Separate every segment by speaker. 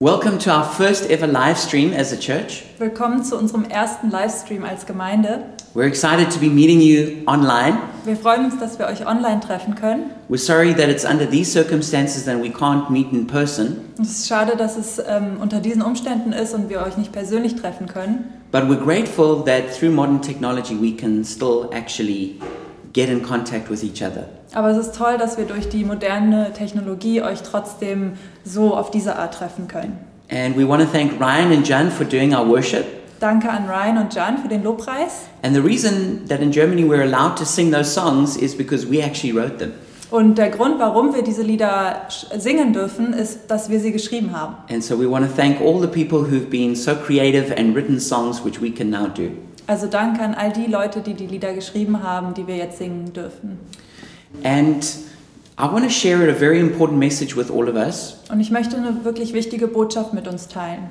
Speaker 1: Welcome to our first ever live stream as a church.
Speaker 2: Willkommen zu unserem ersten Livestream als Gemeinde.
Speaker 1: We're excited to be meeting you online.
Speaker 2: Wir freuen uns, dass wir euch online treffen können.
Speaker 1: We're sorry that it's under these circumstances that we can't meet in person,
Speaker 2: Es ist schade, dass es ähm, unter diesen Umständen ist und wir euch nicht persönlich treffen können.
Speaker 1: but we're grateful that through modern technology we can still actually get in contact with each other.
Speaker 2: Aber es ist toll, dass wir durch die moderne Technologie euch trotzdem so auf diese Art treffen können.
Speaker 1: And we want to thank Ryan and Jan for doing our worship.
Speaker 2: Danke an Ryan und Jan für den Lobpreis.
Speaker 1: And the reason that in Germany we're allowed to sing those songs is because we actually wrote them.
Speaker 2: Und der Grund, warum wir diese Lieder sch- singen dürfen, ist, dass wir sie geschrieben haben.
Speaker 1: And so we want to thank all the people who've been so creative and written songs which we can now do.
Speaker 2: Also danke an all die Leute, die die Lieder geschrieben haben, die wir jetzt singen dürfen.
Speaker 1: And I want to share a very important message with all of us.
Speaker 2: Und ich möchte eine wirklich wichtige Botschaft mit uns teilen.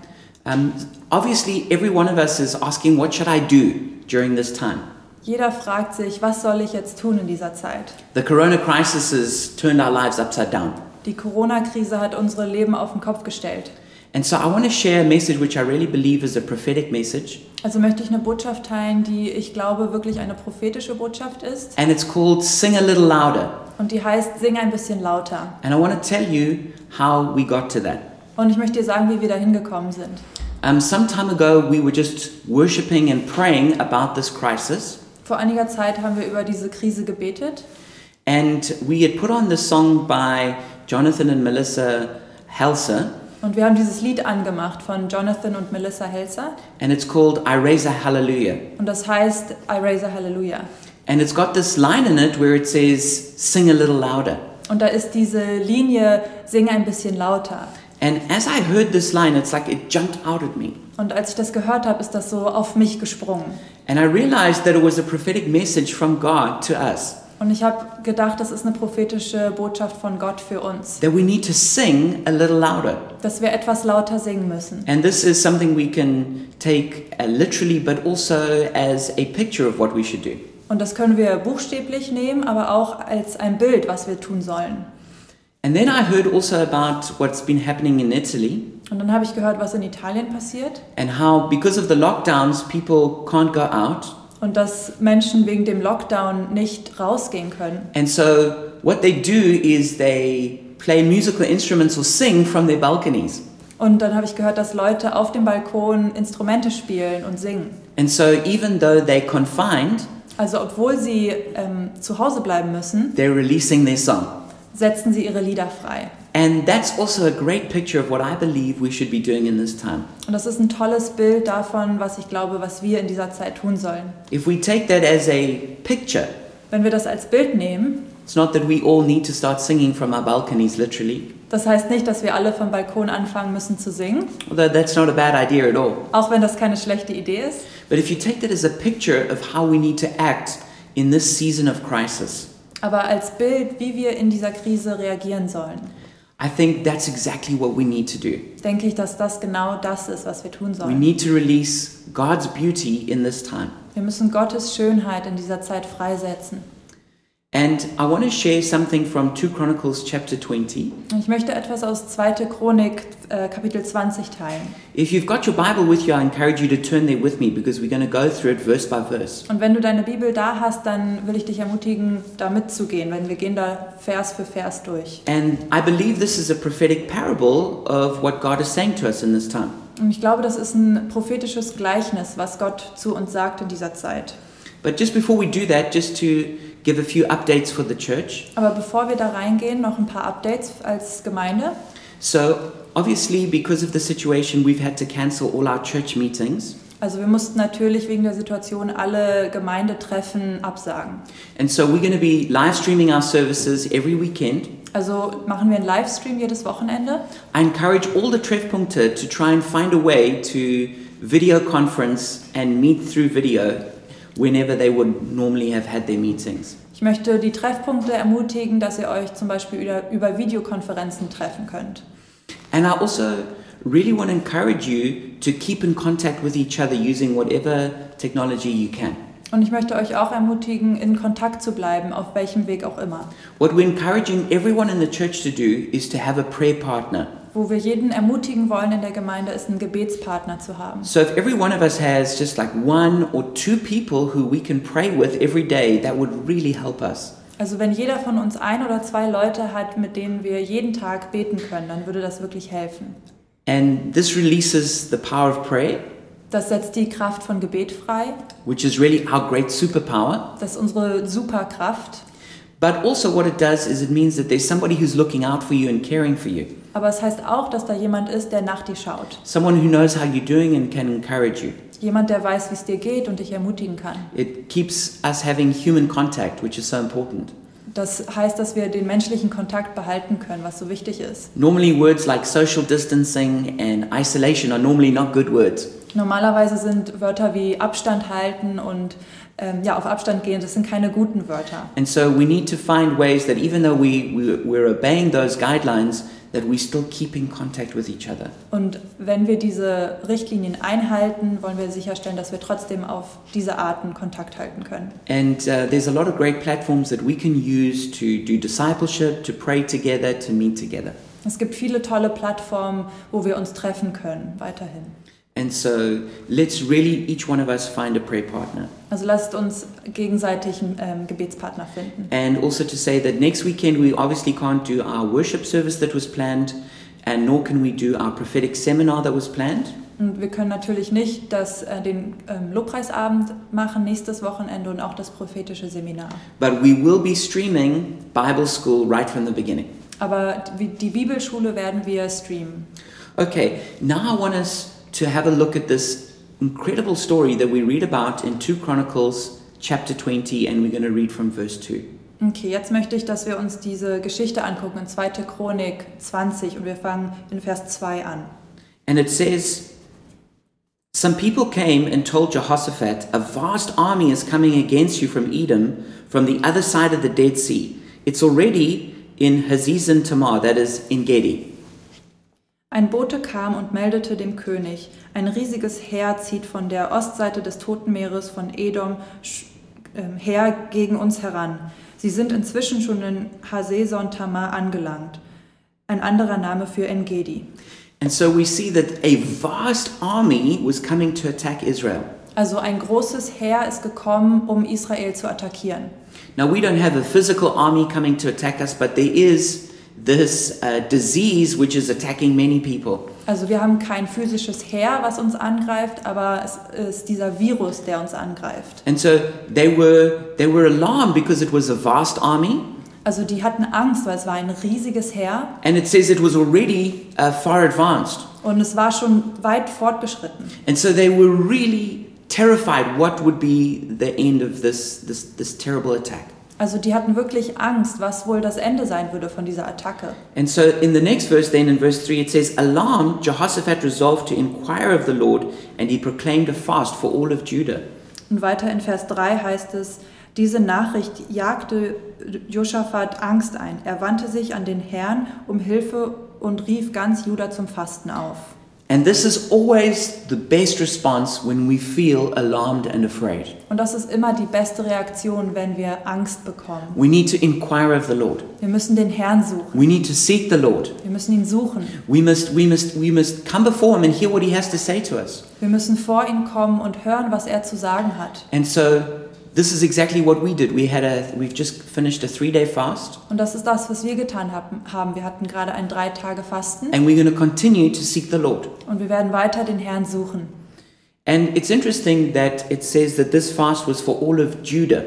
Speaker 1: Um, obviously, every one of us is asking, What should I do during this time?
Speaker 2: Jeder fragt sich, was soll ich jetzt tun in dieser Zeit?
Speaker 1: The corona crisis has turned our lives upside down.
Speaker 2: Die Corona-Krise hat unsere Leben auf den Kopf gestellt.
Speaker 1: And so I want to share a message which I really believe is a prophetic message,
Speaker 2: Also möchte ich eine Botschaft teilen, die ich glaube wirklich eine prophetische Botschaft ist.
Speaker 1: and it's called Sing a Little Louder.
Speaker 2: Und die heißt, sing ein bisschen lauter.
Speaker 1: And I want to tell you how we got to that.
Speaker 2: Und ich möchte dir sagen, wie wir da hingekommen sind.
Speaker 1: Um, some time ago, we were just worshiping and praying about this crisis,
Speaker 2: Vor einiger Zeit haben wir über diese Krise gebetet.
Speaker 1: and we had put on this song by Jonathan and Melissa Helser,
Speaker 2: Und wir haben dieses Lied angemacht von Jonathan und Melissa Helser.
Speaker 1: and it's called I Raise a Hallelujah.
Speaker 2: Und das heißt I Raise a Hallelujah.
Speaker 1: And it's got this line in it where it says, Sing a little louder.
Speaker 2: Und da ist diese Linie, sing ein bisschen lauter.
Speaker 1: And as I heard this line, it's like it jumped out at me.
Speaker 2: Und als ich das gehört habe, ist das so auf mich gesprungen.
Speaker 1: And I realized that it was a prophetic message from God to us
Speaker 2: Und ich habe gedacht, das ist eine prophetische Botschaft von Gott für uns,
Speaker 1: that we need to sing a little louder.
Speaker 2: dass wir etwas lauter singen müssen.
Speaker 1: And this is something we can take uh, literally, but also as a picture of what we should do.
Speaker 2: Und das können wir buchstäblich nehmen, aber auch als ein Bild, was wir tun sollen.
Speaker 1: And then I heard also about what's been happening in Italy
Speaker 2: Und dann habe ich gehört, was in Italien passiert
Speaker 1: and how, because of the lockdowns, people can't go out.
Speaker 2: und dass Menschen wegen dem Lockdown nicht rausgehen können.
Speaker 1: And so, what they do is they play musical instruments or sing from their balconies.
Speaker 2: Und dann habe ich gehört, dass Leute auf dem Balkon Instrumente spielen und singen.
Speaker 1: And so, even though they're confined,
Speaker 2: Also obwohl sie ähm, zu Hause bleiben müssen,
Speaker 1: they're releasing their song.
Speaker 2: setzen sie ihre Lieder frei.
Speaker 1: And that's also a great picture of what I believe we should be doing in this time.
Speaker 2: Und das ist ein tolles Bild davon, was ich glaube, was wir in dieser Zeit tun sollen.
Speaker 1: If we take that as a picture,
Speaker 2: Wenn wir das als Bild nehmen,
Speaker 1: it's not that we all need to start singing from our balconies, literally,
Speaker 2: das heißt nicht, dass wir alle vom Balkon anfangen müssen zu singen,
Speaker 1: although that's not a bad idea at all.
Speaker 2: auch wenn das keine schlechte Idee ist.
Speaker 1: But if you take that as a picture of how we need to act in this season of crisis,
Speaker 2: Aber als Bild, wie wir in dieser Krise reagieren sollen,
Speaker 1: I think that's exactly what we need to do.
Speaker 2: denke ich, dass das genau das ist, was wir tun
Speaker 1: We
Speaker 2: sollen.
Speaker 1: need to release God's beauty in this time.
Speaker 2: Wir müssen Gottes Schönheit in dieser Zeit freisetzen.
Speaker 1: And I want to share something from 2 Chronicles chapter 20.
Speaker 2: Und ich möchte etwas aus 2. Chronik äh, Kapitel 20 teilen.
Speaker 1: If you've got your Bible with you, I encourage you to turn there with me because we're going to go through it verse by verse.
Speaker 2: Und wenn du deine Bibel da hast, dann will ich dich ermutigen, da mitzugehen, wenn wir gehen da Vers für Vers durch.
Speaker 1: And I believe this is a prophetic parable of what God is saying to us in this time.
Speaker 2: Und ich glaube, das ist ein prophetisches Gleichnis, was Gott zu uns sagt in dieser Zeit.
Speaker 1: But just before we do that, just to give a few updates for the church.
Speaker 2: Aber bevor wir da reingehen, noch ein paar Updates als Gemeinde.
Speaker 1: So, obviously, because of the situation, we've had to cancel all our church meetings.
Speaker 2: Also wir mussten natürlich wegen der Situation alle Gemeindetreffen absagen.
Speaker 1: And so, we're going to be live streaming our services every weekend.
Speaker 2: Also machen wir einen Livestream jedes Wochenende.
Speaker 1: I encourage all the Treffpunkte to try and find a way to video conference and meet through video whenever they would normally have had their meetings.
Speaker 2: Ich möchte die Treffpunkte ermutigen, dass ihr euch zum Beispiel über- über Videokonferenzen treffen könnt.
Speaker 1: And I also really want to encourage you to keep in contact with each other using whatever technology you can.
Speaker 2: Und ich möchte euch auch ermutigen, in Kontakt zu bleiben, auf welchem Weg auch immer.
Speaker 1: What we're encouraging everyone in the church to do is to have a prayer partner.
Speaker 2: wo wir jeden ermutigen wollen in der Gemeinde, ist einen Gebetspartner zu haben.
Speaker 1: So if every one of us has just like one or two people who we can pray with every day, that would really help us.
Speaker 2: Also wenn jeder von uns ein oder zwei Leute hat, mit denen wir jeden Tag beten können, dann würde das wirklich helfen.
Speaker 1: And this releases the power of prayer,
Speaker 2: Das setzt die Kraft von Gebet frei,
Speaker 1: which is really our great superpower.
Speaker 2: das ist unsere Superkraft.
Speaker 1: But also, what it does is it means that there's somebody who's looking out for you and caring for you,
Speaker 2: Aber es heißt auch, dass da jemand ist, der nach dir schaut.
Speaker 1: someone who knows how you're doing and can encourage you.
Speaker 2: Jemand, der weiß, wie es dir geht und dich ermutigen kann.
Speaker 1: It keeps us having human contact, which is so important.
Speaker 2: Das heißt, dass wir den menschlichen Kontakt behalten können, was so wichtig ist.
Speaker 1: Normally, words like social distancing and isolation are normally not good words.
Speaker 2: Normalerweise sind Wörter wie Abstand halten und ähm, ja, auf Abstand gehen, das sind keine guten Wörter.
Speaker 1: And so we need to find ways that even though we, we, we're obeying those guidelines, that we still keep in contact with each other.
Speaker 2: Und wenn wir diese Richtlinien einhalten, wollen wir sicherstellen, dass wir trotzdem auf diese Arten Kontakt halten können.
Speaker 1: And uh, there's a lot of great platforms that we can use to do discipleship, to pray together, to meet together.
Speaker 2: Es gibt viele tolle Plattformen, wo wir uns treffen können, weiterhin.
Speaker 1: And so let's really, each one of us, find a prayer partner.
Speaker 2: Also lasst uns gegenseitig einen ähm, Gebetspartner finden.
Speaker 1: And also to say that next weekend we obviously can't do our worship service that was planned, and nor can we do our prophetic seminar that was planned.
Speaker 2: Und wir können natürlich nicht das, äh, den ähm, Lobpreisabend machen nächstes Wochenende und auch das prophetische Seminar.
Speaker 1: But we will be streaming Bible school right from the beginning.
Speaker 2: Aber die die Bibelschule werden wir streamen.
Speaker 1: Okay, now I want us to have a look at this incredible story that we read about in 2 Chronicles chapter 20, and we're going to read from verse 2.
Speaker 2: Okay, jetzt möchte ich, dass wir uns diese Geschichte angucken in 2. Chronik 20 und wir fangen in Vers 2 an.
Speaker 1: And it says, Some people came and told Jehoshaphat, A vast army is coming against you from Edom, from the other side of the Dead Sea. It's already in Hazizon Tamar, that is, in Gedi.
Speaker 2: Ein Bote kam und meldete dem König, ein riesiges Heer zieht von der Ostseite des Toten Meeres von Edom sch- ähm, her gegen uns heran. Sie sind inzwischen schon in Haseson Tamar angelangt, ein anderer Name für Engedi.
Speaker 1: And so we see that a vast army was coming to attack Israel.
Speaker 2: Also ein großes Heer ist gekommen, um Israel zu attackieren.
Speaker 1: Now, we don't have a physical army coming to attack us, but there is this uh, disease which is attacking many people.
Speaker 2: Also wir haben kein physisches Heer, was uns angreift, aber es ist dieser Virus, der uns angreift.
Speaker 1: And so they were, they were alarmed because it was a vast army.
Speaker 2: Also die hatten Angst, weil es war ein riesiges Heer
Speaker 1: And it says it was already uh, far advanced.
Speaker 2: und es war schon weit fortgeschritten.
Speaker 1: And so they were really terrified what would be the end of this, this, this terrible attack.
Speaker 2: Also die hatten wirklich Angst, was wohl das Ende sein würde von dieser Attacke.
Speaker 1: And so in the next verse, then in verse 3, it says, Alarmed, Jehoshaphat resolved to inquire of the Lord, and he proclaimed a fast for all of Judah.
Speaker 2: Und weiter in Vers 3 heißt es, diese Nachricht jagte Josaphat Angst ein. Er wandte sich an den Herrn um Hilfe und rief ganz Juda zum Fasten auf.
Speaker 1: And this is always the best response when we feel alarmed and afraid.
Speaker 2: Und das ist immer die beste Reaktion, wenn wir Angst bekommen.
Speaker 1: We need to inquire of the Lord.
Speaker 2: Wir müssen den Herrn suchen.
Speaker 1: We need to seek the Lord.
Speaker 2: Wir müssen ihn suchen.
Speaker 1: We must, we must, we must come before him and hear what he has to say to us.
Speaker 2: Wir müssen vor ihn kommen und hören, was er zu sagen hat.
Speaker 1: And so this is exactly what we did. We had a we've just finished a 3-day fast
Speaker 2: Und das ist das, was wir getan hab- haben. Wir hatten gerade ein drei Tage Fasten
Speaker 1: and we're going to continue to seek the Lord.
Speaker 2: und wir werden weiter den Herrn suchen.
Speaker 1: And it's interesting that it says that this fast was for all of Judah.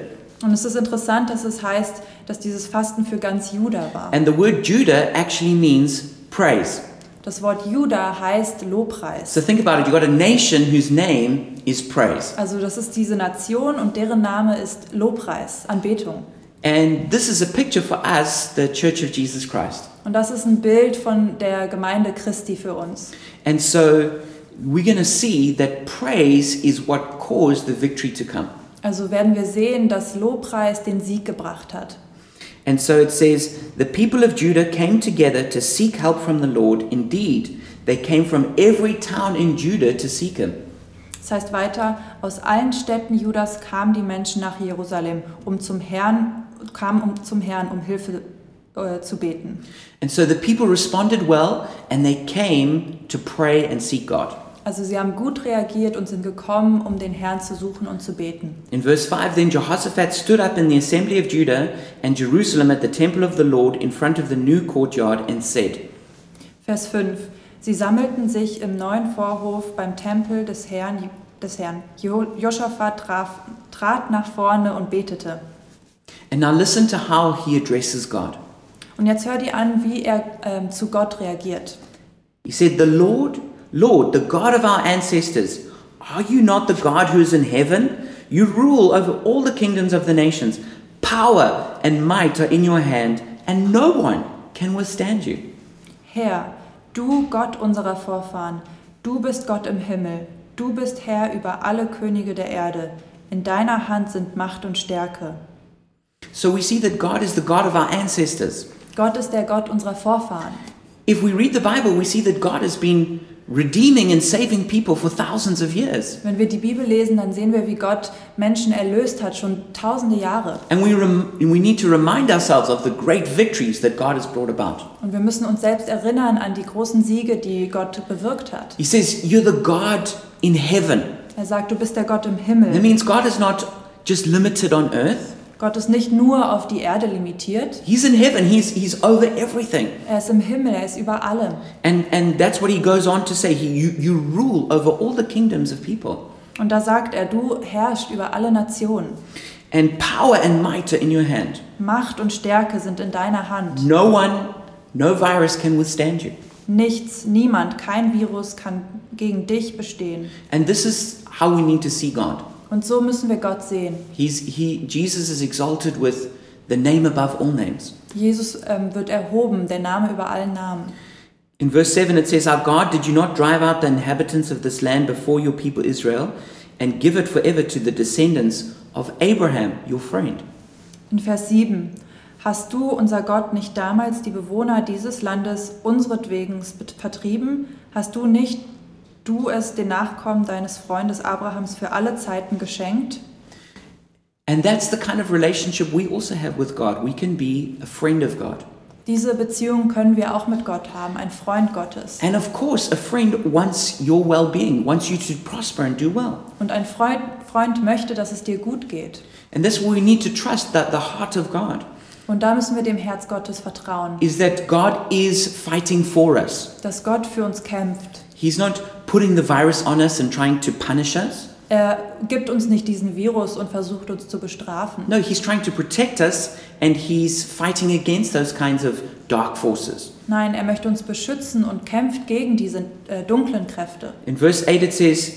Speaker 2: Und es ist interessant, dass es heißt, dass dieses Fasten für ganz Juda war.
Speaker 1: And the word Judah actually means praise.
Speaker 2: Das Wort Juda heißt Lobpreis.
Speaker 1: So think about it. You've got a nation whose name is praise.
Speaker 2: Also das ist diese Nation und deren Name ist Lobpreis, Anbetung.
Speaker 1: And this is a picture for us, the Church of Jesus Christ.
Speaker 2: Und das ist ein Bild von der Gemeinde Christi für uns.
Speaker 1: And so we're going to see that praise is what caused the victory to come.
Speaker 2: Also werden wir sehen, dass Lobpreis den Sieg gebracht hat.
Speaker 1: And so it says, The people of Judah came together to seek help from the Lord. Indeed, they came from every town in Judah to seek him.
Speaker 2: Das heißt weiter, aus allen Städten Judas kamen die Menschen nach Jerusalem, um zum Herrn, kamen um, zum Herrn, um Hilfe äh, zu beten.
Speaker 1: And so the people responded well and they came to pray and seek God.
Speaker 2: Also sie haben gut reagiert und sind gekommen, um den Herrn zu suchen und zu beten.
Speaker 1: In verse 5, then Jehoshaphat stood up in the assembly of Judah and Jerusalem at the temple of the Lord in front of the new courtyard and said,
Speaker 2: Vers 5. Sie sammelten sich im neuen Vorhof beim Tempel des Herrn. Des Herrn. Jo- Josaphat traf, trat nach vorne und betete.
Speaker 1: And now listen to how he addresses God.
Speaker 2: Und jetzt hör dir an, wie er ähm, zu Gott reagiert.
Speaker 1: He said, The Lord, Lord, the God of our ancestors, are you not the God who is in heaven? You rule over all the kingdoms of the nations. Power and might are in your hand, and no one can withstand you.
Speaker 2: Herr, du Gott unserer Vorfahren, du bist Gott im Himmel, du bist Herr über alle Könige der Erde. In deiner Hand sind Macht und Stärke.
Speaker 1: So we see that God is the God of our ancestors.
Speaker 2: Gott ist der Gott unserer Vorfahren.
Speaker 1: If we read the Bible, we see that God has been redeeming and saving people for thousands of years.
Speaker 2: Wenn wir die Bibel lesen, dann sehen wir, wie Gott Menschen erlöst hat, schon tausende Jahre.
Speaker 1: And we, rem- we need to remind ourselves of the great victories that God has brought about.
Speaker 2: Und wir müssen uns selbst erinnern an die großen Siege, die Gott bewirkt hat.
Speaker 1: He says, You're the God in heaven.
Speaker 2: Er sagt, du bist der Gott im
Speaker 1: That
Speaker 2: Himmel.
Speaker 1: means God is not just limited on earth.
Speaker 2: Gott ist nicht nur auf die Erde limitiert,
Speaker 1: He's in heaven. He's, he's over everything.
Speaker 2: er ist im Himmel, er ist über allem.
Speaker 1: And, and that's what he goes on to say. He, you, you rule over all the kingdoms of people.
Speaker 2: Und da sagt er, du herrschst über alle Nationen.
Speaker 1: And power and might are in your hand.
Speaker 2: Macht und Stärke sind in deiner Hand.
Speaker 1: No one, no virus can withstand you.
Speaker 2: Nichts, niemand, kein Virus kann gegen dich bestehen.
Speaker 1: And this is how we need to see God.
Speaker 2: Und so müssen wir Gott sehen.
Speaker 1: He's, he, Jesus is exalted with the name above all names.
Speaker 2: Jesus ähm, wird erhoben, der Name über allen Namen.
Speaker 1: In verse 7, it says, Our God, did you not drive out the inhabitants of this land before your people Israel and give it forever to the descendants of Abraham, your friend?
Speaker 2: In Vers 7. Hast du, unser Gott, nicht damals die Bewohner dieses Landes unseretwegen vertrieben? Hast du nicht du es den Nachkommen deines Freundes Abrahams für alle Zeiten geschenkt?
Speaker 1: And that's the kind of relationship we also have with God. We can be a friend of God.
Speaker 2: Diese Beziehung können wir auch mit Gott haben, ein Freund Gottes.
Speaker 1: And of course, a friend wants your well being, wants you to prosper and do well.
Speaker 2: Und ein Freund, Freund möchte, dass es dir gut geht.
Speaker 1: And that's where we need to trust that the heart of God
Speaker 2: Und da müssen wir dem Herz Gottes vertrauen,
Speaker 1: is that God is fighting for us.
Speaker 2: dass Gott für uns kämpft.
Speaker 1: He's not putting the virus on us and trying to punish us.
Speaker 2: Er gibt uns nicht diesen Virus und versucht uns zu bestrafen,
Speaker 1: No, He's trying to protect us and He's fighting against those kinds of dark forces.
Speaker 2: Nein, er möchte uns beschützen und kämpft gegen diese äh, dunklen Kräfte.
Speaker 1: In verse 8, it says,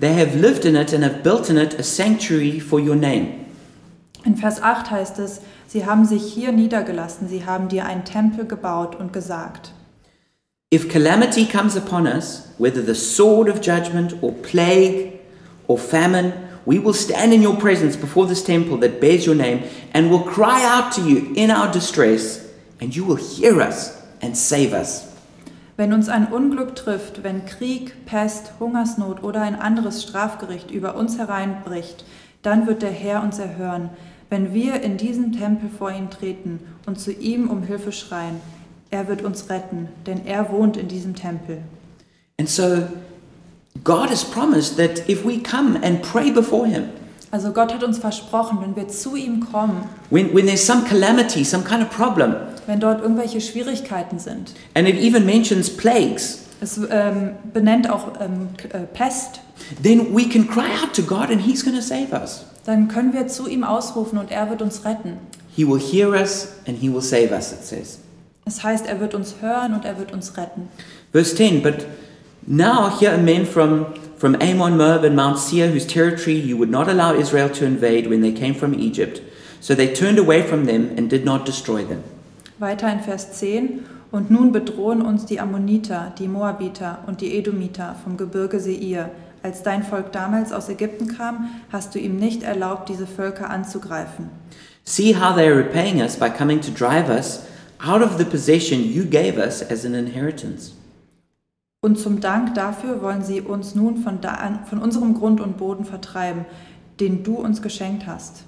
Speaker 1: They have lived in it and have built in it a sanctuary for your name.
Speaker 2: In Vers 8 heißt es, sie haben sich hier niedergelassen, sie haben dir einen Tempel gebaut und gesagt.
Speaker 1: If calamity comes upon us, whether the sword of judgment or plague or famine, we will stand in your presence before this temple that bears your name and will cry out to you in our distress, and you will hear us and save us.
Speaker 2: Wenn uns ein Unglück trifft, wenn Krieg, Pest, Hungersnot oder ein anderes Strafgericht über uns hereinbricht, dann wird der Herr uns erhören, wenn wir in diesen Tempel vor ihn treten und zu ihm um Hilfe schreien. Er wird uns retten, denn er wohnt in diesem Tempel.
Speaker 1: And so, God has promised that if we come and pray before Him,
Speaker 2: Also Gott hat uns versprochen, wenn wir zu ihm kommen,
Speaker 1: when, when there's some calamity, some kind of problem,
Speaker 2: wenn dort irgendwelche Schwierigkeiten sind.
Speaker 1: and it even mentions plagues,
Speaker 2: Es ähm, benennt auch ähm, K- äh, Pest.
Speaker 1: then we can cry out to God and He's going to save us.
Speaker 2: Dann können wir zu ihm ausrufen und er wird uns retten.
Speaker 1: He will hear us and He will save us, it says.
Speaker 2: Das heißt, er wird uns hören und er wird uns retten.
Speaker 1: Verse 10 But now here are men from, from Ammon, Moab, and Mount Seir, whose territory you would not allow Israel to invade when they came from Egypt. So they turned away from them and did not destroy them.
Speaker 2: Weiter in Vers 10. Und nun bedrohen uns die Ammoniter, die Moabiter und die Edomiter vom Gebirge Seir. Als dein Volk damals aus Ägypten kam, hast du ihm nicht erlaubt, diese Völker anzugreifen.
Speaker 1: See how they are repaying us by coming to drive us out of the possession you gave us as an inheritance.
Speaker 2: Und zum Dank dafür wollen sie uns nun von, da an, von unserem Grund und Boden vertreiben, den du uns geschenkt hast.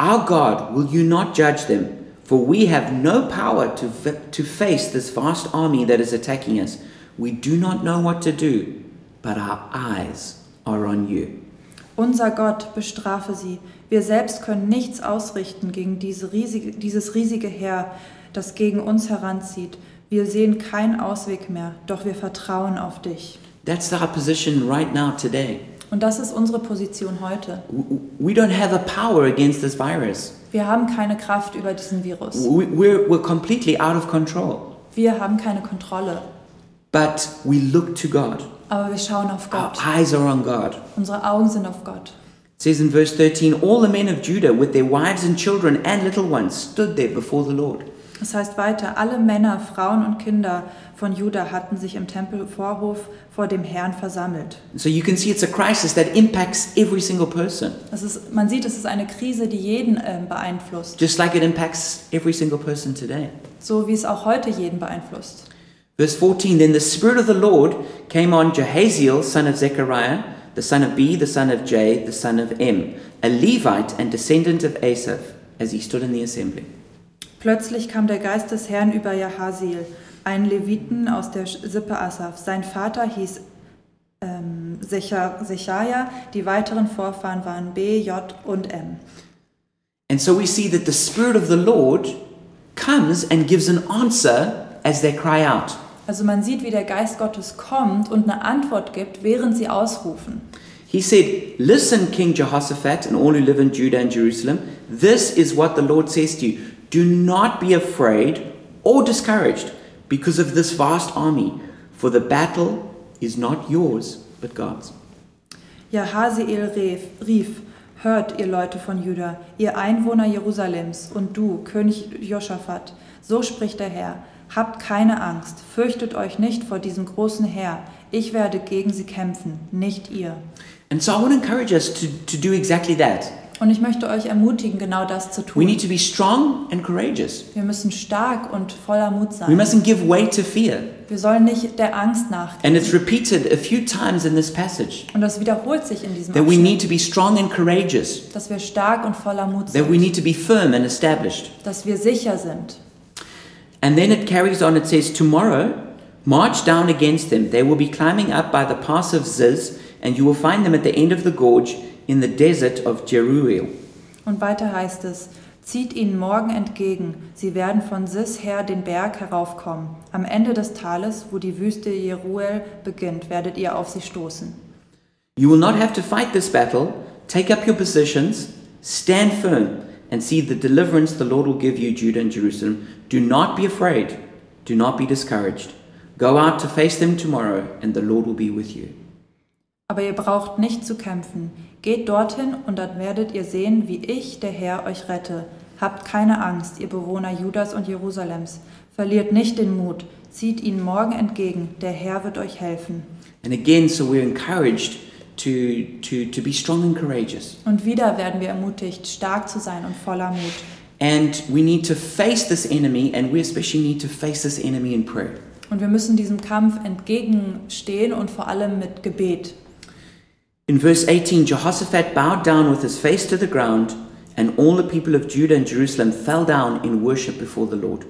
Speaker 1: Our God, will you not judge them? For we have no power to, fa- to face this vast army that is attacking us. We do not know what to do, but our eyes are on you.
Speaker 2: Unser Gott bestrafe sie. Wir selbst können nichts ausrichten gegen diese riesige, dieses riesige Heer, das gegen uns heranzieht. Wir sehen keinen Ausweg mehr, doch wir vertrauen auf dich.
Speaker 1: That's our position right now today.
Speaker 2: Und das ist unsere Position heute.
Speaker 1: W- We don't have a power against this virus.
Speaker 2: Wir haben keine Kraft über diesen Virus.
Speaker 1: W- We're, we're completely out of control.
Speaker 2: Wir haben keine Kontrolle.
Speaker 1: But we look to God.
Speaker 2: Aber wir schauen auf
Speaker 1: Our
Speaker 2: Gott.
Speaker 1: eyes are on God.
Speaker 2: Unsere Augen sind auf Gott.
Speaker 1: It says in verse 13 All the men of Judah, with their wives and children and little ones, stood there before the Lord.
Speaker 2: Es heißt weiter, alle Männer, Frauen und Kinder von Juda hatten sich im Tempelvorhof vor dem Herrn versammelt.
Speaker 1: So you can see it's a crisis that impacts every single person,
Speaker 2: Das ist, man sieht, es ist eine Krise, die jeden ähm, beeinflusst,
Speaker 1: just like it impacts every single person today.
Speaker 2: so wie es auch heute jeden beeinflusst.
Speaker 1: Verse 14 Then the Spirit of the Lord came on Jehaziel, son of Zechariah, the son of B, the son of J, the son of M, a Levite and descendant of Asaph, as he stood in the assembly.
Speaker 2: Plötzlich kam der Geist des Herrn über Jahaziel, einen Leviten aus der Sippe Asaf. Sein Vater hieß ähm, Secha- Sechaja, die weiteren Vorfahren waren B, J und M.
Speaker 1: And so we see that the Spirit of the Lord comes and gives an answer as they cry out.
Speaker 2: Also man sieht, wie der Geist Gottes kommt und eine Antwort gibt, während sie ausrufen.
Speaker 1: He said, Listen, King Jehoshaphat and all who live in Judah and Jerusalem, this is what the Lord says to you. Do not be afraid or discouraged because of this vast army, for the battle is not yours, but God's.
Speaker 2: Jahaziel rief, rief, hört ihr Leute von Juda, ihr Einwohner Jerusalems und du, König Josaphat, so spricht der Herr, habt keine Angst, fürchtet euch nicht vor diesem großen Heer, ich werde gegen sie kämpfen, nicht ihr.
Speaker 1: And so I want to encourage us to, to do exactly that.
Speaker 2: Und ich möchte euch ermutigen, genau das zu
Speaker 1: We
Speaker 2: tun.
Speaker 1: need to be strong and courageous.
Speaker 2: Wir müssen stark und voller Mut
Speaker 1: We
Speaker 2: sein.
Speaker 1: mustn't give way to fear.
Speaker 2: Wir sollen nicht der Angst nachgeben.
Speaker 1: And it's repeated a few times in this passage
Speaker 2: Und das wiederholt sich in diesem
Speaker 1: that we need
Speaker 2: Abschnitt,
Speaker 1: to be strong and courageous,
Speaker 2: dass wir stark und voller Mut
Speaker 1: that we
Speaker 2: sind,
Speaker 1: need to be firm and established.
Speaker 2: dass wir sicher sind.
Speaker 1: And then it carries on, it says, Tomorrow, march down against them. They will be climbing up by the pass of Ziz, and you will find them at the end of the gorge in the desert of Jeruel.
Speaker 2: Und weiter heißt es, zieht ihnen morgen entgegen, sie werden von Sis her den Berg heraufkommen. Am Ende des Tales, wo die Wüste Jeruel beginnt, werdet ihr auf sie stoßen.
Speaker 1: You will not have to fight this battle. Take up your positions, stand firm, and see the deliverance the Lord will give you, Judah and Jerusalem. Do not be afraid, do not be discouraged. Go out to face them tomorrow, and the Lord will be with you.
Speaker 2: Aber ihr braucht nicht zu kämpfen. Geht dorthin und dann werdet ihr sehen, wie ich, der Herr, euch rette. Habt keine Angst, ihr Bewohner Judas und Jerusalems. Verliert nicht den Mut. Zieht ihnen morgen entgegen, der Herr wird euch helfen.
Speaker 1: And again, so we're encouraged to, to, to be strong and courageous.
Speaker 2: Und wieder werden wir ermutigt, stark zu sein und voller Mut.
Speaker 1: And we need to face this enemy, and we especially need to face this enemy in prayer.
Speaker 2: Und wir müssen diesem Kampf entgegenstehen und vor allem mit Gebet.
Speaker 1: In verse 18, Jehoshaphat bowed down with his face to the ground, and all the people of Judah and Jerusalem fell down in worship before the Lord.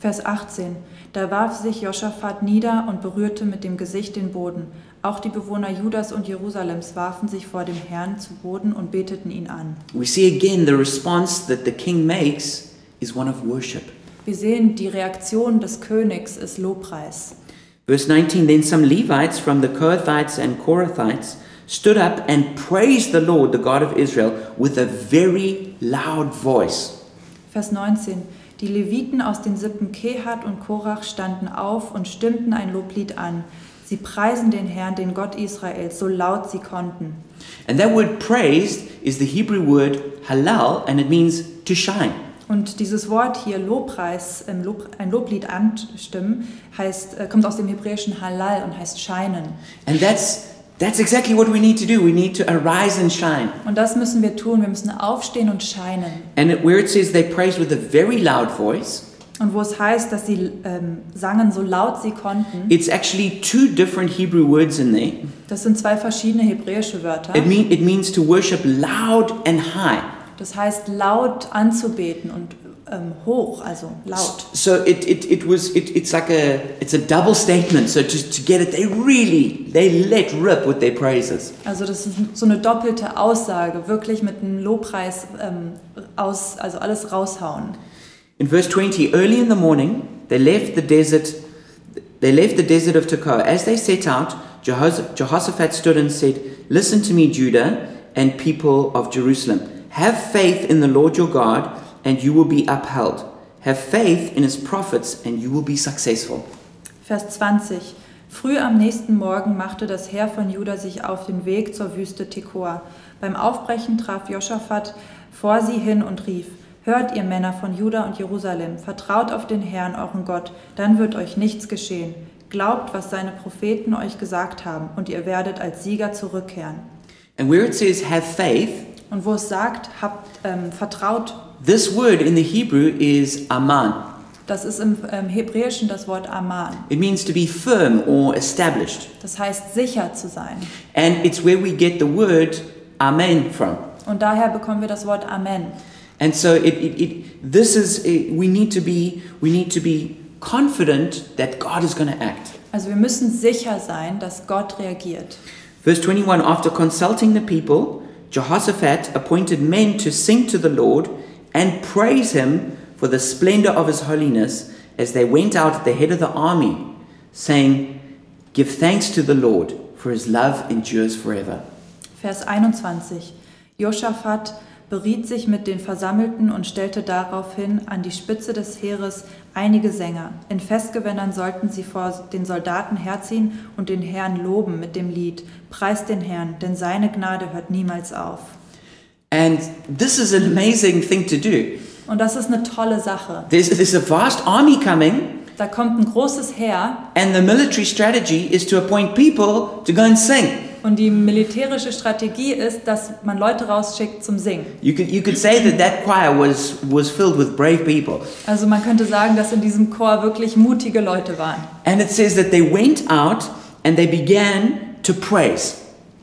Speaker 2: Vers 18. Da warf sich Josaphat nieder und berührte mit dem Gesicht den Boden. Auch die Bewohner Judas und Jerusalems warfen sich vor dem Herrn zu Boden und beteten ihn an.
Speaker 1: We see again the response that the king makes is one of worship.
Speaker 2: Wir sehen, die Reaktion des Königs ist Lobpreis.
Speaker 1: Verse 19, then some Levites from the Kohathites and Korathites stood up and praised the Lord, the God of Israel, with a very loud voice.
Speaker 2: Vers 19. Die Leviten aus den Sippen Kehat und Korach standen auf und stimmten ein Loblied an. Sie preisen den Herrn, den Gott Israels, so laut sie konnten.
Speaker 1: And that word praised is the Hebrew word halal, and it means to shine.
Speaker 2: Und dieses Wort hier Lobpreis, ähm, Lob, ein Loblied anstimmen, heißt, äh, kommt aus dem hebräischen Halal und heißt scheinen.
Speaker 1: And that's, that's exactly what we need to do. We need to arise and shine.
Speaker 2: Und das müssen wir tun. Wir müssen aufstehen und scheinen.
Speaker 1: And it, where it says they praised with a very loud voice,
Speaker 2: Und wo es heißt, dass sie ähm, sangen, so laut sie konnten,
Speaker 1: it's actually two different Hebrew words in there.
Speaker 2: das sind zwei verschiedene hebräische Wörter.
Speaker 1: It, mean, it means to worship loud and high.
Speaker 2: Das heißt, laut anzubeten und ähm, hoch, also laut.
Speaker 1: So it, it, it was it, it's like a it's a double statement. So to, to get it, they really they let rip with their praises.
Speaker 2: Also das ist so eine doppelte Aussage, wirklich mit einem Lobpreis ähm, aus, also alles raushauen.
Speaker 1: In verse 20, early in the morning, they left the desert. They left the desert of Tekoa. As they set out, Jehos- Jehoshaphat stood and said, "Listen to me, Judah and people of Jerusalem. Have faith in the Lord your God, and you will be upheld. Have faith in his prophets, and you will be successful."
Speaker 2: Vers 20. Früh am nächsten Morgen machte das Heer von Juda sich auf den Weg zur Wüste Tekoa. Beim Aufbrechen traf Joschafat vor sie hin und rief, Hört ihr Männer von Juda und Jerusalem, vertraut auf den Herrn, euren Gott, dann wird euch nichts geschehen. Glaubt, was seine Propheten euch gesagt haben, und ihr werdet als Sieger zurückkehren.
Speaker 1: And where it says "have faith,"
Speaker 2: Und wo es sagt, habt ähm, vertraut,
Speaker 1: this word in the Hebrew is aman.
Speaker 2: das ist im ähm, Hebräischen das Wort Aman.
Speaker 1: It means to be firm or established,
Speaker 2: Das heißt sicher zu sein.
Speaker 1: and it's where we get the word amen from.
Speaker 2: Und daher bekommen wir das Wort Amen.
Speaker 1: And so it, it, it this is eh, we need to be we need to be confident that God is going to act.
Speaker 2: Also wir müssen sicher sein, dass Gott reagiert.
Speaker 1: Verse 21 after consulting the people Jehoshaphat appointed men to sing to the Lord and praise him for the splendor of his holiness as they went out at the head of the army saying give thanks to the Lord for his love endures forever.
Speaker 2: Vers 21. Josaphat beriet sich mit den Versammelten und stellte daraufhin an die Spitze des Heeres einige Sänger. In Festgewändern sollten sie vor den Soldaten herziehen und den Herrn loben mit dem Lied Preist den Herrn, denn seine Gnade hört niemals auf.
Speaker 1: And this is an amazing thing to do.
Speaker 2: Und das ist eine tolle Sache.
Speaker 1: There's, there's a vast army coming
Speaker 2: Da kommt ein großes Heer
Speaker 1: And the military strategy is to appoint people to go and sing.
Speaker 2: und die militärische Strategie ist, dass man Leute rausschickt zum Singen.
Speaker 1: You could, you could say that that choir was, was filled with brave people.
Speaker 2: Also man könnte sagen, dass in diesem Chor wirklich mutige Leute waren.
Speaker 1: And it says that they went out and they began to praise.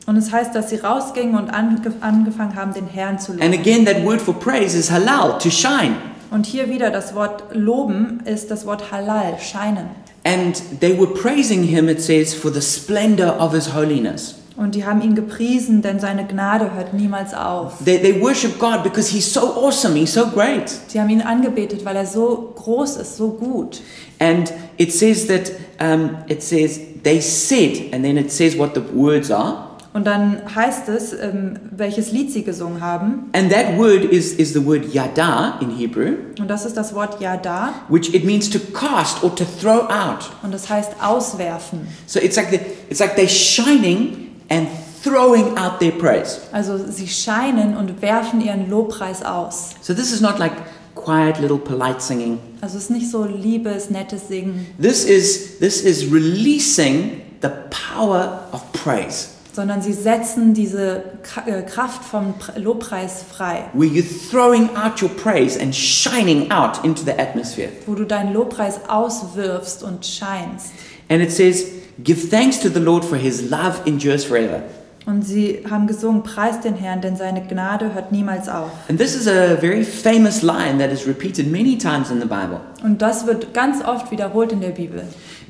Speaker 2: Und es heißt, dass sie rausgingen und ange angefangen haben, den Herrn zu
Speaker 1: And
Speaker 2: loben.
Speaker 1: again, that word for praise is halal, to shine.
Speaker 2: Und hier wieder das Wort loben ist das Wort halal, scheinen.
Speaker 1: And they were praising him, it says, for the splendor of his holiness.
Speaker 2: Und die haben ihn gepriesen, denn seine Gnade hört niemals auf.
Speaker 1: They, they worship God because he's so awesome, he's so great.
Speaker 2: Sie haben ihn angebetet, weil er so groß ist, so gut.
Speaker 1: And it says that, um, it says, they said, and then it says what the words are.
Speaker 2: Und dann heißt es, ähm, welches Lied sie gesungen haben.
Speaker 1: And that word is, is the word yada in Hebrew,
Speaker 2: Und das ist das Wort Yada.
Speaker 1: which it means to cast or to throw out.
Speaker 2: Und das heißt auswerfen.
Speaker 1: So it's like, the, it's like they're shining and throwing out their praise.
Speaker 2: Also sie scheinen und werfen ihren Lobpreis aus.
Speaker 1: So this is not like quiet little polite singing.
Speaker 2: Also es ist nicht so liebes, nettes Singen,
Speaker 1: This is, this is releasing the power of praise,
Speaker 2: sondern sie setzen diese Kra- äh, Kraft vom Pr- Lobpreis frei,
Speaker 1: where you're throwing out your praise and shining out into the atmosphere.
Speaker 2: wo du deinen Lobpreis auswirfst und scheinst.
Speaker 1: And it says, Give thanks to the Lord for his love endures forever.
Speaker 2: Und sie haben gesungen, preis den Herrn, denn seine Gnade hört niemals auf.
Speaker 1: And this is a very famous line that is repeated many times in the Bible.
Speaker 2: Und das wird ganz oft wiederholt in der Bibel,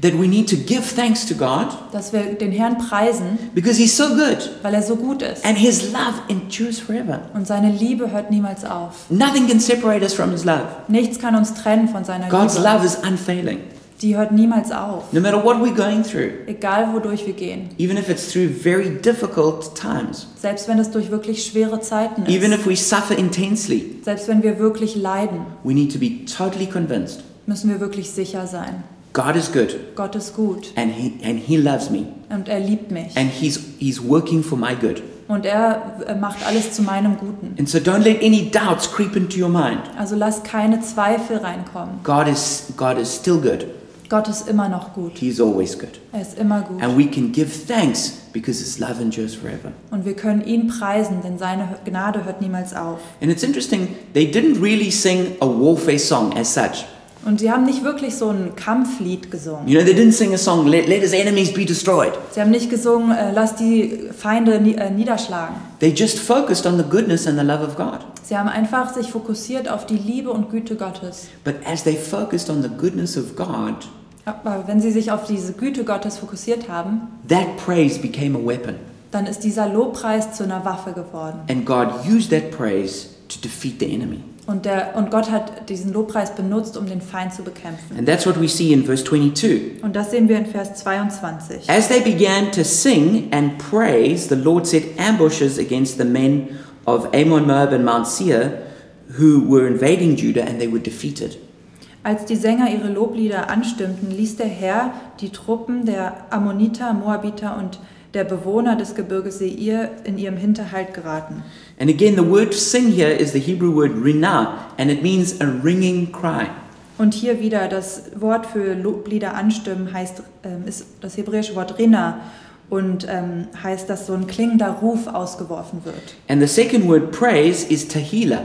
Speaker 1: that we need to give thanks to God
Speaker 2: dass wir den Herrn preisen,
Speaker 1: because He's so good
Speaker 2: weil er so gut ist.
Speaker 1: and His love endures forever.
Speaker 2: Und seine Liebe hört niemals auf.
Speaker 1: Nothing can separate us from His love.
Speaker 2: Nichts kann uns trennen von seiner
Speaker 1: God's
Speaker 2: Liebe.
Speaker 1: love is unfailing.
Speaker 2: Die hört niemals auf,
Speaker 1: No matter what we're going through,
Speaker 2: egal wodurch wir gehen.
Speaker 1: even if it's through very difficult times,
Speaker 2: Selbst wenn es durch wirklich schwere Zeiten
Speaker 1: even
Speaker 2: ist,
Speaker 1: if we suffer intensely,
Speaker 2: selbst wenn wir wirklich leiden,
Speaker 1: we need to be totally convinced
Speaker 2: müssen wir wirklich sicher sein.
Speaker 1: God is good
Speaker 2: Gott ist gut
Speaker 1: and He, and he loves me
Speaker 2: und er liebt mich
Speaker 1: and he's, he's working for my good.
Speaker 2: und er äh, macht alles zu meinem Guten.
Speaker 1: And so don't let any doubts creep into your mind.
Speaker 2: Also lass keine Zweifel reinkommen.
Speaker 1: God is, God is still good,
Speaker 2: Gott ist immer noch gut.
Speaker 1: He's always good.
Speaker 2: Er ist immer gut.
Speaker 1: And we can give thanks because His love endures forever.
Speaker 2: Und wir können ihn preisen, denn seine Gnade hört niemals auf.
Speaker 1: And it's interesting, they didn't really sing a warfare song as such.
Speaker 2: Und sie haben nicht wirklich so ein Kampflied gesungen.
Speaker 1: You know, they didn't sing a song, let, let his enemies be destroyed.
Speaker 2: Sie haben nicht gesungen, äh, lass die Feinde nie- äh, niederschlagen.
Speaker 1: They just focused on the goodness and the love of God.
Speaker 2: Sie haben einfach sich fokussiert auf die Liebe und Güte Gottes.
Speaker 1: But as they focused on the goodness of God,
Speaker 2: Aber wenn sie sich auf diese Güte Gottes fokussiert haben,
Speaker 1: that praise became a weapon.
Speaker 2: dann ist dieser Lobpreis zu einer Waffe geworden.
Speaker 1: And God used that praise to defeat the enemy.
Speaker 2: Und, der, und Gott hat diesen Lobpreis benutzt, um den Feind zu bekämpfen.
Speaker 1: And that's what we see in verse 22.
Speaker 2: Und das sehen wir in Vers 22.
Speaker 1: As they began to sing and praise, the Lord set ambushes against the men of Ammon, Moab, and Mount Seir who were invading Judah, and they were defeated.
Speaker 2: Als die Sänger ihre Loblieder anstimmten, ließ der Herr die Truppen der Ammoniter, Moabiter und der Bewohner des Gebirges Seir in ihrem Hinterhalt geraten.
Speaker 1: And again, the word sing here is the Hebrew word rinah, and it means a ringing cry.
Speaker 2: Und hier wieder das Wort für Loblieder anstimmen heißt, ähm, ist das hebräische Wort Rina und ähm, heißt, dass so ein klingender Ruf ausgeworfen wird.
Speaker 1: And the second word, praise, is tahila,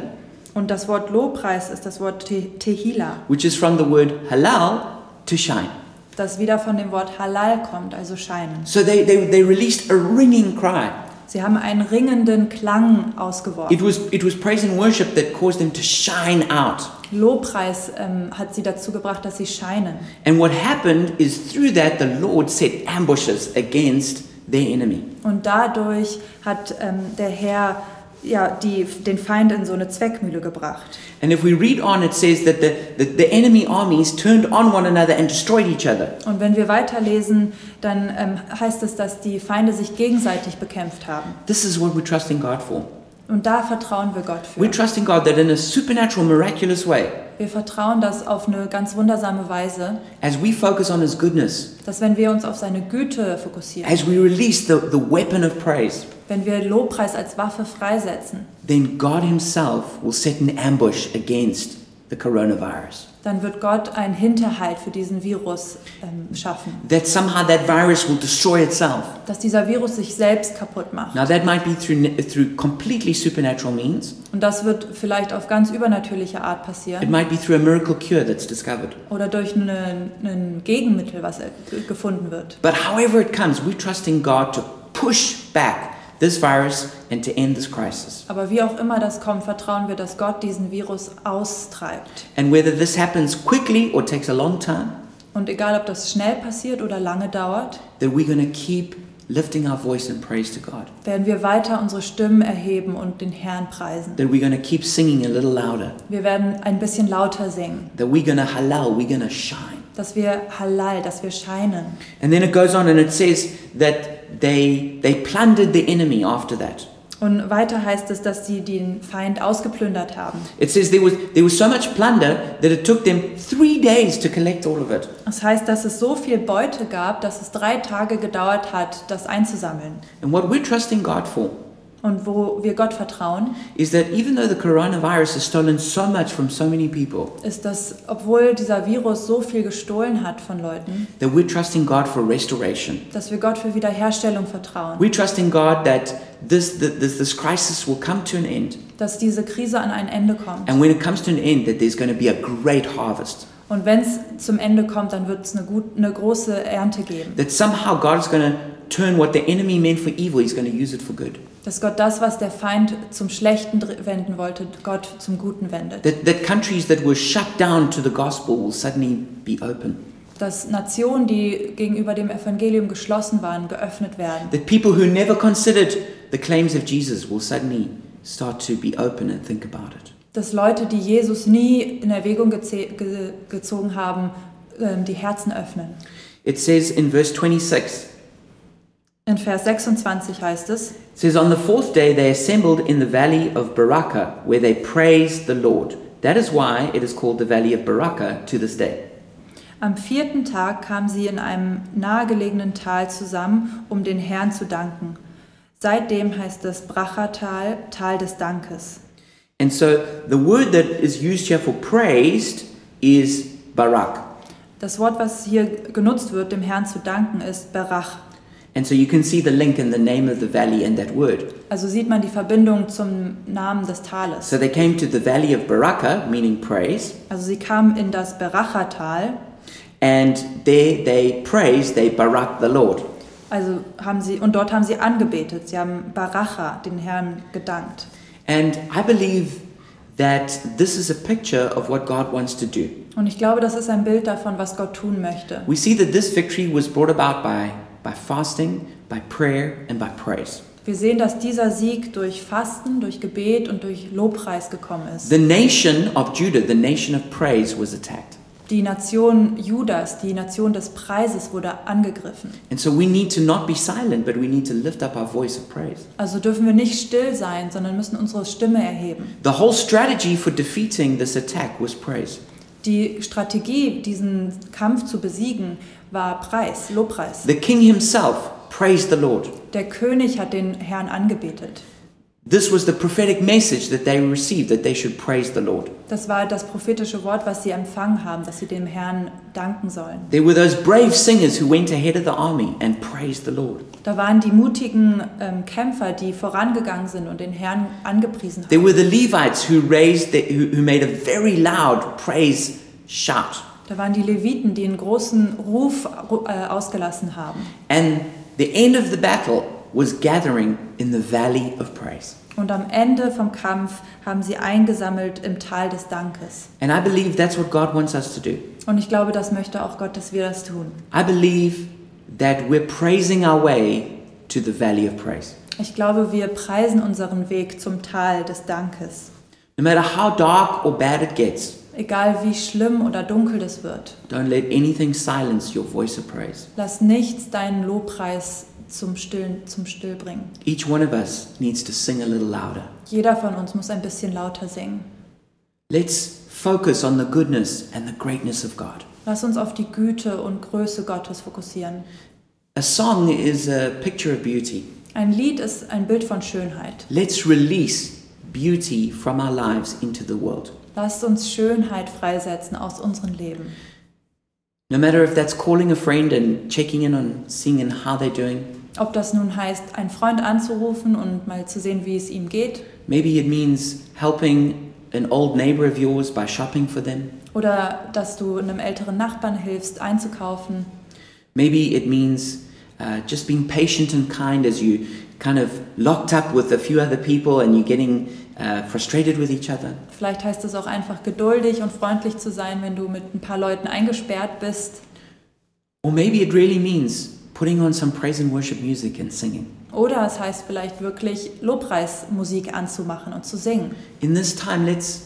Speaker 2: Und das Wort Lobpreis ist das Wort Te Tehila,
Speaker 1: which is from the word halal to shine.
Speaker 2: das wieder von dem Wort Halal kommt, also scheinen.
Speaker 1: So they, they, they released a ringing cry.
Speaker 2: Sie haben einen ringenden Klang
Speaker 1: It
Speaker 2: ausgeworfen.
Speaker 1: was, it was praise and worship that caused them to shine out.
Speaker 2: Lobpreis ähm, hat sie dazu gebracht, dass sie scheinen.
Speaker 1: And what happened is through that, the Lord set ambushes against their enemy.
Speaker 2: Und dadurch hat ähm, der Herr ja, die, den Feind in so eine Zweckmühle gebracht.
Speaker 1: And if we read on, it says that the, the, the enemy armies turned on one another and destroyed each other.
Speaker 2: Und wenn wir weiterlesen, dann ähm, heißt es, dass die Feinde sich gegenseitig bekämpft haben.
Speaker 1: This is what we're trusting God for.
Speaker 2: Und da vertrauen wir Gott für.
Speaker 1: We're trusting God that in a supernatural, miraculous way,
Speaker 2: Wir vertrauen das auf eine ganz wundersame Weise,
Speaker 1: as we focus on His goodness,
Speaker 2: dass wenn wir uns auf seine Güte fokussieren,
Speaker 1: as we release the, the weapon of praise,
Speaker 2: wenn wir Lobpreis als Waffe freisetzen,
Speaker 1: then God Himself will set an ambush against the coronavirus.
Speaker 2: dann wird Gott einen Hinterhalt für diesen Virus ähm, schaffen.
Speaker 1: That somehow that virus will destroy itself.
Speaker 2: Dass dieser Virus sich selbst kaputt macht.
Speaker 1: Now, that might be through, through completely supernatural means,
Speaker 2: Und das wird vielleicht auf ganz übernatürliche Art passieren.
Speaker 1: it might be through a miracle cure that's discovered.
Speaker 2: Oder durch eine- ein Gegenmittel, was äh, gefunden wird.
Speaker 1: But however it comes, we're trusting God to push back this virus and to end this crisis.
Speaker 2: Aber wie auch immer das kommt, vertrauen wir, dass Gott diesen Virus austreibt.
Speaker 1: And whether this happens quickly or takes a long time,
Speaker 2: Und egal, ob das schnell passiert oder lange dauert,
Speaker 1: that we're going to keep lifting our voice in praise to God,
Speaker 2: werden wir weiter unsere Stimmen erheben und den Herrn preisen.
Speaker 1: that we're going to keep singing a little louder,
Speaker 2: Wir werden ein bisschen lauter singen,
Speaker 1: that we're going to halal, we're going to shine.
Speaker 2: dass wir halal, dass wir scheinen.
Speaker 1: And then it goes on and it says that they, they plundered the enemy after that.
Speaker 2: Und weiter heißt es, dass sie den Feind ausgeplündert haben.
Speaker 1: It says there was, there was so much plunder that it took them three days to collect all of it.
Speaker 2: Das heißt, dass es so viel Beute gab, dass es drei Tage gedauert hat, das einzusammeln.
Speaker 1: And what we're trusting God for
Speaker 2: Und wo wir Gott vertrauen,
Speaker 1: is that even though the coronavirus has stolen so much from so many people,
Speaker 2: ist, dass obwohl dieser Virus so viel gestohlen hat von Leuten,
Speaker 1: that we're trusting God for restoration.
Speaker 2: dass wir Gott für Wiederherstellung vertrauen,
Speaker 1: We're trusting God that this, that this, this crisis will come to an end.
Speaker 2: dass diese Krise an ein Ende kommt.
Speaker 1: And when it comes to an end, that there's going to be a great harvest.
Speaker 2: Und wenn es zum Ende kommt, dann wird es eine, gut, eine große Ernte geben.
Speaker 1: That somehow God is going to turn what the enemy meant for evil, he's going to use it for good.
Speaker 2: Dass Gott das, was der Feind zum Schlechten dr- wenden wollte, Gott zum Guten wendet.
Speaker 1: That, that countries that were shut down to the gospel will suddenly be open.
Speaker 2: Dass Nationen, die gegenüber dem Evangelium geschlossen waren, geöffnet werden.
Speaker 1: That people who never considered the claims of Jesus will suddenly start to be open and think about it.
Speaker 2: Dass Leute, die Jesus nie in Erwägung geze- ge gezogen haben, ähm, die Herzen öffnen.
Speaker 1: It says in verse 26,
Speaker 2: In Vers 26 heißt es,
Speaker 1: it says, On the fourth day they assembled in the valley of Baraka, where they praised the Lord. That is why it is called the valley of Baraka to this day.
Speaker 2: Am vierten Tag kamen sie in einem nahegelegenen Tal zusammen, um den Herrn zu danken. Seitdem heißt es Brachatal, Tal des Dankes.
Speaker 1: And so the word that is used here for praised is barak.
Speaker 2: Das Wort, was hier genutzt wird, dem Herrn zu danken, ist Berach.
Speaker 1: And so you can see the link in the name of the valley and that word.
Speaker 2: Also sieht man die Verbindung zum Namen des Tales.
Speaker 1: So they came to the valley of Baraka, meaning praise,
Speaker 2: Also sie kamen in das Berachertal,
Speaker 1: and there they praised, they barak the Lord.
Speaker 2: also haben sie und dort haben sie angebetet. Sie haben Baracha, den Herrn, gedankt.
Speaker 1: And I believe that this is a picture of what God wants to do.
Speaker 2: Und ich glaube, das ist ein Bild davon, was Gott tun möchte.
Speaker 1: We see that this victory was brought about by, by fasting, by prayer, and by praise.
Speaker 2: Wir sehen, dass dieser Sieg durch Fasten, durch Gebet und durch Lobpreis gekommen ist.
Speaker 1: The nation of Judah, the nation of praise, was attacked.
Speaker 2: Die Nation Judas, die Nation des Preises wurde angegriffen.
Speaker 1: And so we need to not be silent, but we need to lift up our voice of praise.
Speaker 2: Also dürfen wir nicht still sein, sondern müssen unsere Stimme erheben.
Speaker 1: The whole strategy for defeating this attack was praise.
Speaker 2: Die Strategie, diesen Kampf zu besiegen, war Preis, Lobpreis.
Speaker 1: The king himself praised the Lord.
Speaker 2: Der König hat den Herrn angebetet.
Speaker 1: This was the prophetic message that they received that they should praise the Lord.
Speaker 2: Das war das prophetische Wort, was sie empfangen haben, dass sie dem Herrn danken sollen.
Speaker 1: There were those brave singers who went ahead of the army and praised the Lord.
Speaker 2: Da waren die mutigen ähm, Kämpfer, die vorangegangen sind und den Herrn angepriesen
Speaker 1: There
Speaker 2: haben.
Speaker 1: were the Levites who raised the, who, who made a very loud praise shout.
Speaker 2: Da waren die Leviten, die einen großen Ruf ru- äh, ausgelassen haben.
Speaker 1: And the end of the battle was gathering in the valley of praise.
Speaker 2: Und am Ende vom Kampf haben sie eingesammelt im Tal des Dankes.
Speaker 1: And I believe that's what God wants us to do.
Speaker 2: Und ich glaube, das möchte auch Gott, dass wir das tun.
Speaker 1: I believe that we're praising our way to the valley of praise.
Speaker 2: Ich glaube, wir preisen unseren Weg zum Tal des Dankes.
Speaker 1: No matter how dark or bad it gets,
Speaker 2: Egal wie schlimm oder dunkel das wird,
Speaker 1: don't let anything silence your voice of praise.
Speaker 2: lass nichts deinen Lobpreis zum Stillen, zum Still bringen.
Speaker 1: Each one of us needs to sing a little louder.
Speaker 2: Jeder von uns muss ein bisschen lauter singen.
Speaker 1: Let's focus on the goodness and the greatness of God.
Speaker 2: Lass uns auf die Güte und Größe Gottes fokussieren.
Speaker 1: A song is a picture of beauty.
Speaker 2: Ein Lied ist ein Bild von Schönheit.
Speaker 1: Let's release beauty from our lives into the world.
Speaker 2: Lasst uns Schönheit freisetzen aus unserem Leben.
Speaker 1: No matter if that's calling a friend and checking in on seeing how they're doing,
Speaker 2: Ob das nun heißt, einen Freund anzurufen und mal zu sehen, wie es ihm geht,
Speaker 1: maybe it means helping an old neighbor of yours by shopping for them.
Speaker 2: oder dass du einem älteren Nachbarn hilfst, einzukaufen,
Speaker 1: Maybe it means uh, just being patient and kind as you kind of locked up with a few other people and you're getting uh, frustrated with each other.
Speaker 2: Vielleicht heißt es auch einfach geduldig und freundlich zu sein, wenn du mit ein paar Leuten eingesperrt bist.
Speaker 1: Or maybe it really means putting on some praise and worship music and singing.
Speaker 2: Oder es heißt vielleicht wirklich Lobpreismusik anzumachen und zu singen.
Speaker 1: In this time, let's,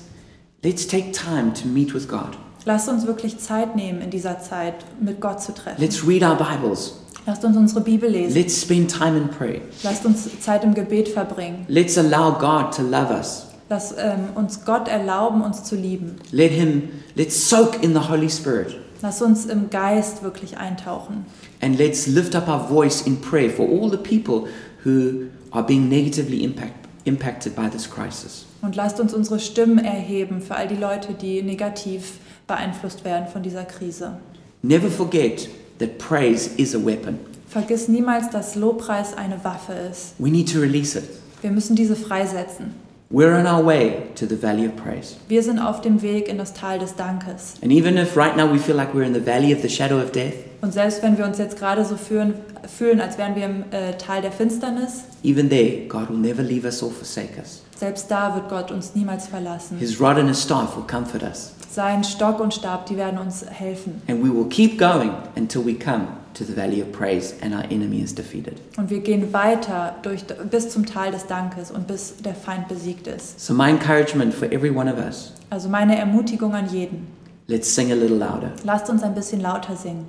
Speaker 1: let's take time to meet with God.
Speaker 2: Lasst uns wirklich Zeit nehmen in dieser Zeit, mit Gott zu treffen.
Speaker 1: Let's read our Bibles.
Speaker 2: Lasst uns unsere Bibel lesen.
Speaker 1: Let's spend time in prayer.
Speaker 2: Lasst uns Zeit im Gebet verbringen.
Speaker 1: Let's allow God to love us.
Speaker 2: Lasst ähm, uns Gott erlauben, uns zu lieben.
Speaker 1: Let Him, let's soak in the Holy Spirit.
Speaker 2: Lasst uns im Geist wirklich eintauchen.
Speaker 1: And let's lift up our voice in prayer for all the people who are being negatively impact, impacted by this crisis.
Speaker 2: Und lasst uns unsere Stimmen erheben für all die Leute, die negativ beeinflusst werden von dieser Krise.
Speaker 1: Never forget that praise is a weapon.
Speaker 2: Vergiss niemals, dass Lobpreis eine Waffe ist.
Speaker 1: We need to release it.
Speaker 2: Wir müssen diese freisetzen.
Speaker 1: We're on our way to the valley of praise.
Speaker 2: Wir sind auf dem Weg in das Tal des Dankes.
Speaker 1: And even if right now we feel like we're in the valley of the shadow of death,
Speaker 2: Und selbst wenn wir uns jetzt gerade so fühlen, fühlen als wären wir im äh, Tal der Finsternis,
Speaker 1: even there, God will never leave us or forsake us.
Speaker 2: selbst da wird Gott uns niemals verlassen.
Speaker 1: His rod and his staff will comfort us.
Speaker 2: Sein Stock und Stab, die werden uns helfen.
Speaker 1: And we will keep going until we come to the valley of praise and our enemy is defeated.
Speaker 2: Und wir gehen weiter durch, bis zum Tal des Dankes und bis der Feind besiegt ist.
Speaker 1: So, my encouragement for every one of us
Speaker 2: Also meine Ermutigung an jeden.
Speaker 1: let's sing a little louder.
Speaker 2: Lasst uns ein bisschen lauter singen.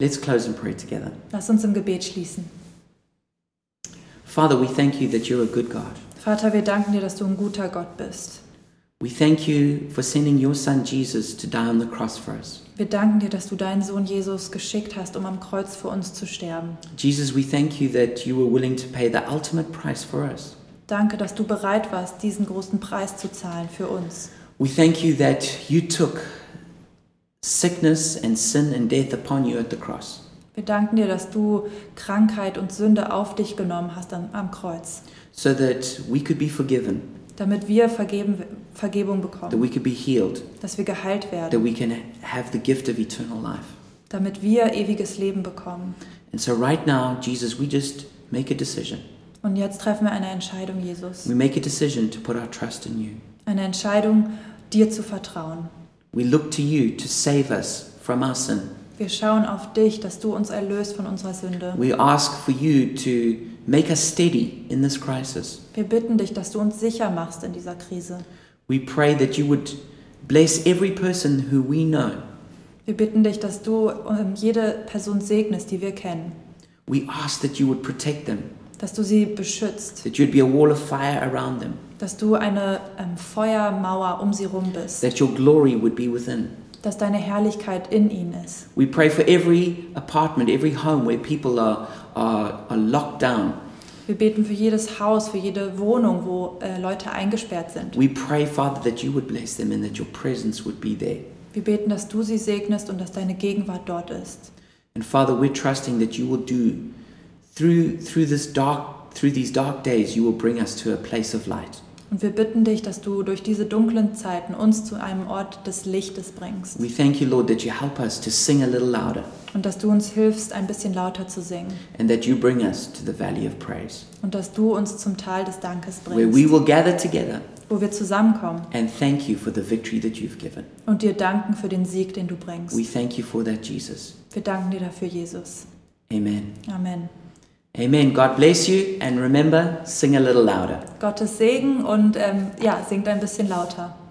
Speaker 1: Let's close in prayer together.
Speaker 2: Lasst uns im Gebet schließen.
Speaker 1: Father, we thank you that you're a good God.
Speaker 2: Vater, wir danken dir, dass du ein guter Gott bist.
Speaker 1: We thank you for sending your son Jesus to die on the cross for us.
Speaker 2: Wir danken dir, dass du deinen Sohn Jesus geschickt hast, um am Kreuz für uns zu sterben.
Speaker 1: Jesus, we thank you that you were willing to pay the ultimate price for us.
Speaker 2: Danke, dass du bereit warst, diesen großen Preis zu zahlen für uns.
Speaker 1: We thank you that you took sickness and sin and death upon you at the cross.
Speaker 2: Wir danken dir, dass du Krankheit und Sünde auf dich genommen hast am, am Kreuz,
Speaker 1: so that we could be forgiven,
Speaker 2: damit wir vergeben, Vergebung bekommen,
Speaker 1: that we could be healed,
Speaker 2: dass wir geheilt
Speaker 1: that
Speaker 2: werden,
Speaker 1: we can have the gift of eternal life.
Speaker 2: damit wir ewiges Leben bekommen.
Speaker 1: And so, right now, Jesus, we just make a decision.
Speaker 2: Und jetzt treffen wir eine Entscheidung, Jesus.
Speaker 1: We make a decision to put our trust in you.
Speaker 2: Eine Entscheidung, dir zu vertrauen.
Speaker 1: We look to you to save us from our sin.
Speaker 2: Wir schauen auf dich, dass du uns erlöst von unserer Sünde.
Speaker 1: We ask for you to make us steady in this crisis.
Speaker 2: Wir bitten dich, dass du uns sicher machst in dieser Krise.
Speaker 1: We pray that you would bless every person who we know.
Speaker 2: Wir bitten dich, dass du ähm, jede Person segnest, die wir kennen.
Speaker 1: We ask that you would protect them,
Speaker 2: Dass du sie beschützt.
Speaker 1: that you'd be a wall of fire around them,
Speaker 2: Dass du eine ähm, Feuermauer um sie rum bist.
Speaker 1: that your glory would be within.
Speaker 2: Dass deine Herrlichkeit in ihnen ist.
Speaker 1: We pray for every apartment, every home where people are, are, are locked down.
Speaker 2: Wir beten für jedes Haus, für jede Wohnung, wo äh, Leute eingesperrt sind.
Speaker 1: We pray, Father, that you would bless them and that your presence would be there.
Speaker 2: Wir beten, dass du sie segnest und dass deine Gegenwart dort ist.
Speaker 1: And Father, we're trusting that you will do through through this dark through these dark days you will bring us to a place of light.
Speaker 2: Und wir bitten dich, dass du durch diese dunklen Zeiten uns zu einem Ort des Lichtes bringst.
Speaker 1: We thank you, Lord, that you help us to sing a little louder
Speaker 2: Und dass du uns hilfst, ein bisschen lauter zu singen.
Speaker 1: and that you bring us to the valley of praise
Speaker 2: Und dass du uns zum Tal des Dankes
Speaker 1: where we
Speaker 2: bringst,
Speaker 1: will gather together
Speaker 2: wo wir zusammenkommen
Speaker 1: and thank you for the victory that you've given.
Speaker 2: und dir danken für den Sieg, den du bringst.
Speaker 1: We thank you for that, Jesus.
Speaker 2: Wir danken dir dafür, Jesus.
Speaker 1: Amen.
Speaker 2: Amen.
Speaker 1: Amen. God bless you and remember, sing a little louder.
Speaker 2: Gottes Segen und ähm, ja, singt ein bisschen lauter.